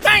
Tá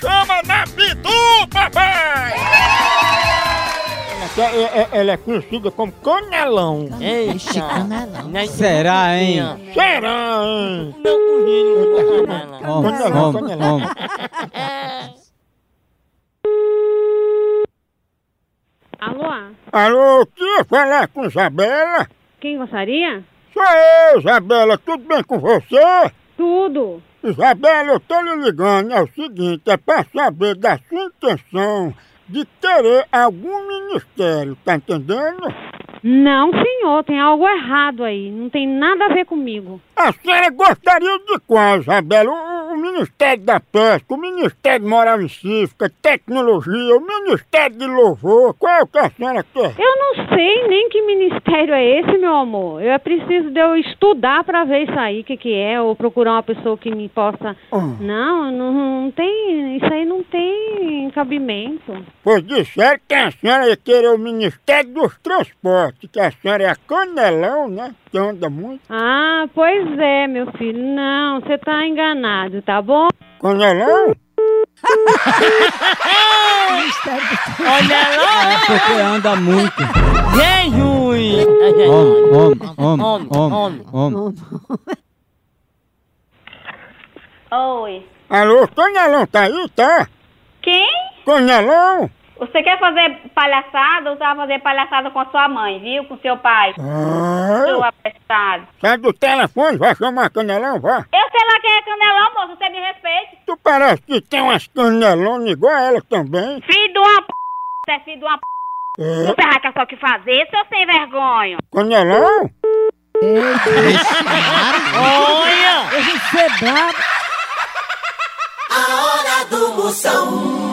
chama na Pitu, papai! Ela é conhecida como canelão. Ixi, canelão. Será, hein? Será, hein? Homem, homem, homem. Alô? Alô, eu queria falar com Isabela? Quem gostaria? Sou eu, Isabela, tudo bem com você? Tudo. Isabela, eu tô lhe ligando, é o seguinte, é pra saber da sua intenção de querer algum ministério, tá entendendo? Não, senhor, tem algo errado aí. Não tem nada a ver comigo. A senhora gostaria de qual, Isabela? O, o Ministério da Pesca, o Ministério de Moral e Cívica, Tecnologia, o Ministério de Louvor, qual é o que a senhora quer? Eu não sei nem que ministério é esse, meu amor. Eu é preciso de eu estudar pra ver isso aí, o que, que é, ou procurar uma pessoa que me possa. Hum. Não, não, não tem. Isso aí não tem cabimento. Pois disseram que a senhora ia querer o Ministério dos Transportes, que a senhora é canelão, né? Que anda muito. Ah, pois é, meu filho. Não, você tá enganado, tá bom? Canelão? Olha lá, né? Porque anda muito. bem ruim. Homem, homem, homem, homem, homem. Oi. Alô, canelão tá aí, tá? Quem? Canelão? Você quer fazer palhaçada? Você vai fazer palhaçada com a sua mãe, viu? Com seu pai. Seu Ah, apestado. sai do telefone, vai chamar canelão, vá. Eu sei lá quem é canelão, moço. Você me respeite. Tu parece que tem umas canelonas igual a ela também. Filho de uma p... Você é filho de uma p... É. Você vai caçar o que fazer, seu sem vergonha. Canelão? Olha! A hora do Moção.